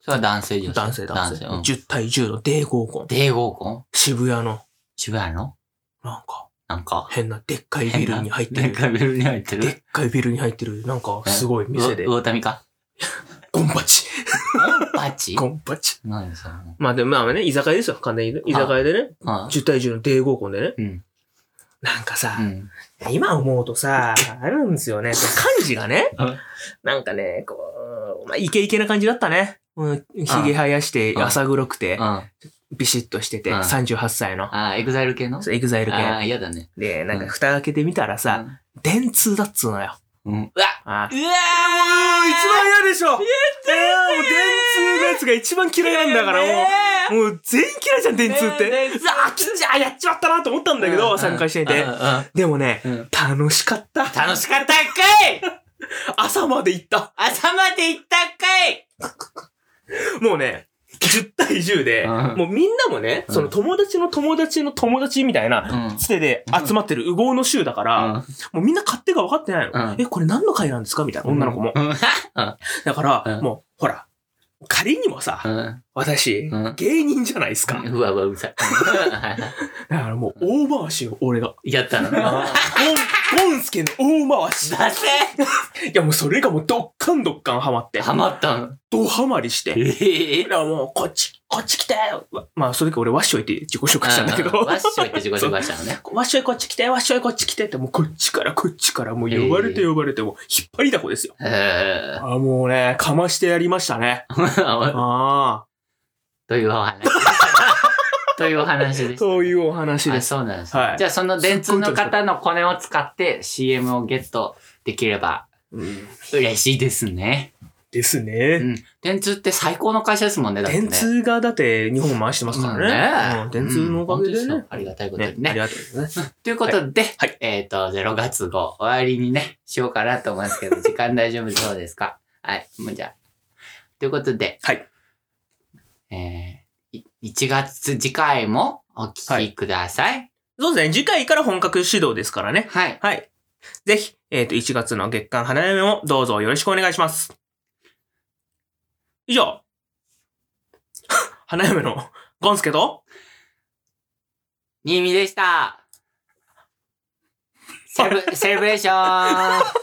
Speaker 2: それは男性女性。
Speaker 1: 男性男性。
Speaker 2: うん。
Speaker 1: 10対10のデー合コン。
Speaker 2: デー合コン
Speaker 1: 渋谷の、
Speaker 2: 渋谷の
Speaker 1: なんか、
Speaker 2: なんか。
Speaker 1: 変なでっかいビルに入って
Speaker 2: なんか
Speaker 1: る。
Speaker 2: ビルに入って
Speaker 1: でっ
Speaker 2: る。
Speaker 1: かいビルに入ってる、なんか、すごい店で
Speaker 2: う。魚民か。
Speaker 1: ゴンパチ。
Speaker 2: パチ
Speaker 1: ゴンパチ。
Speaker 2: 何それも
Speaker 1: まあでも、まあね、居酒屋ですよ、完全に。居酒屋でね、
Speaker 2: う。あ
Speaker 1: 10対10のデー合コンでね。
Speaker 2: うん。
Speaker 1: なんかさ
Speaker 2: う、ん。
Speaker 1: 今思うとさ、あれなんですよね、こう漢字がね
Speaker 2: うん、
Speaker 1: なんかね、こう、まあ、イケイケな感じだったね。うん、ひげ生やして、
Speaker 2: うん
Speaker 1: 浅黒くて
Speaker 2: うん。、あ
Speaker 1: ビシッとしてて、
Speaker 2: うん
Speaker 1: 38歳の、
Speaker 2: あ、エグザイル系の
Speaker 1: そうエグザイル
Speaker 2: ああ、
Speaker 1: 系。
Speaker 2: 嫌だね。
Speaker 1: で、なんか
Speaker 2: うん
Speaker 1: 蓋開けてみたらさ、電通だっつうのよ。
Speaker 2: うん。うわ
Speaker 1: あ
Speaker 2: うわー
Speaker 1: 一番嫌でしょやったーもう電通のやつが一番嫌いなんだから、もう、もう全員嫌いじゃん、電通って。
Speaker 2: 電通
Speaker 1: うわあ、きちあ、やっちまったなと思ったんだけど、参加して
Speaker 2: う
Speaker 1: て
Speaker 2: ん。うん
Speaker 1: でもね、
Speaker 2: うん
Speaker 1: 楽しかった。
Speaker 2: 楽しかったんかい
Speaker 1: 朝まで行った。
Speaker 2: 朝まで行ったんかい
Speaker 1: もうね、10対10で、
Speaker 2: うん
Speaker 1: もうみんなもね、
Speaker 2: うん
Speaker 1: その友達の友達の友達みたいな、
Speaker 2: うん
Speaker 1: つてで集まってる、うごうの衆だから、もうみんな勝手が分かってないの。
Speaker 2: うん
Speaker 1: え、これ何の会なんですかみたいな、女の子も。
Speaker 2: うん。
Speaker 1: だから、
Speaker 2: うん
Speaker 1: もう、ほら、仮にもさ、
Speaker 2: うん
Speaker 1: 私、
Speaker 2: うん
Speaker 1: 芸人じゃないですか。
Speaker 2: うわうわ、うるさい。
Speaker 1: だからもう、大回しよ、俺が。
Speaker 2: やっ たの。
Speaker 1: ゴン、 ゴンスケの大回し。
Speaker 2: だせ
Speaker 1: いやもうそれがもう、どっかんどっかんハマって、
Speaker 2: ハマったの。
Speaker 1: ドハマりして。
Speaker 2: ええ。
Speaker 1: だからもう、こっち、こっち来てわまあ、その時俺、ワッショイって自己紹介したんだけど。
Speaker 2: わっしょいって自己紹介した のね。
Speaker 1: わっしょいこっち来て、わっしょいこっち来てって、もうこっちからこっちから、もう呼ばれて呼ばれて、もう引っ張りだこですよ。
Speaker 2: え
Speaker 1: あーもうね、かましてやりましたね。
Speaker 2: ー
Speaker 1: あ
Speaker 2: というお 話。というお話で
Speaker 1: あ。
Speaker 2: す。
Speaker 1: そういうお話
Speaker 2: あ
Speaker 1: です。
Speaker 2: そうなんです。
Speaker 1: はい
Speaker 2: じゃあその電通の方のコネを使って CM をゲットできれば
Speaker 1: うん
Speaker 2: 嬉しいですね。
Speaker 1: ですね。
Speaker 2: うん。電通って最高の会社ですもんね、だってね。
Speaker 1: 電通がだって日本回してますからね。うん電通のおかげで
Speaker 2: うん本当
Speaker 1: ね
Speaker 2: すよ。ありがたいこと
Speaker 1: ね
Speaker 2: に、
Speaker 1: あ
Speaker 2: ね
Speaker 1: り。がとうございます。
Speaker 2: ということで、
Speaker 1: はい
Speaker 2: えっ、と、0月号終わりにね、しようかなと思うんです けど、時間大丈夫そうですかはい、もうじゃあ。ということで、
Speaker 1: はい
Speaker 2: えーい1月次回もお聞きください。
Speaker 1: そうですね、次回から本格始動ですからね。
Speaker 2: はい。
Speaker 1: はい。ぜひ、えっ、と、1月の月間花嫁もどうぞよろしくお願いします。以上。 花嫁のゴンスケと、
Speaker 2: 新見でした。セレブ、セレブレーション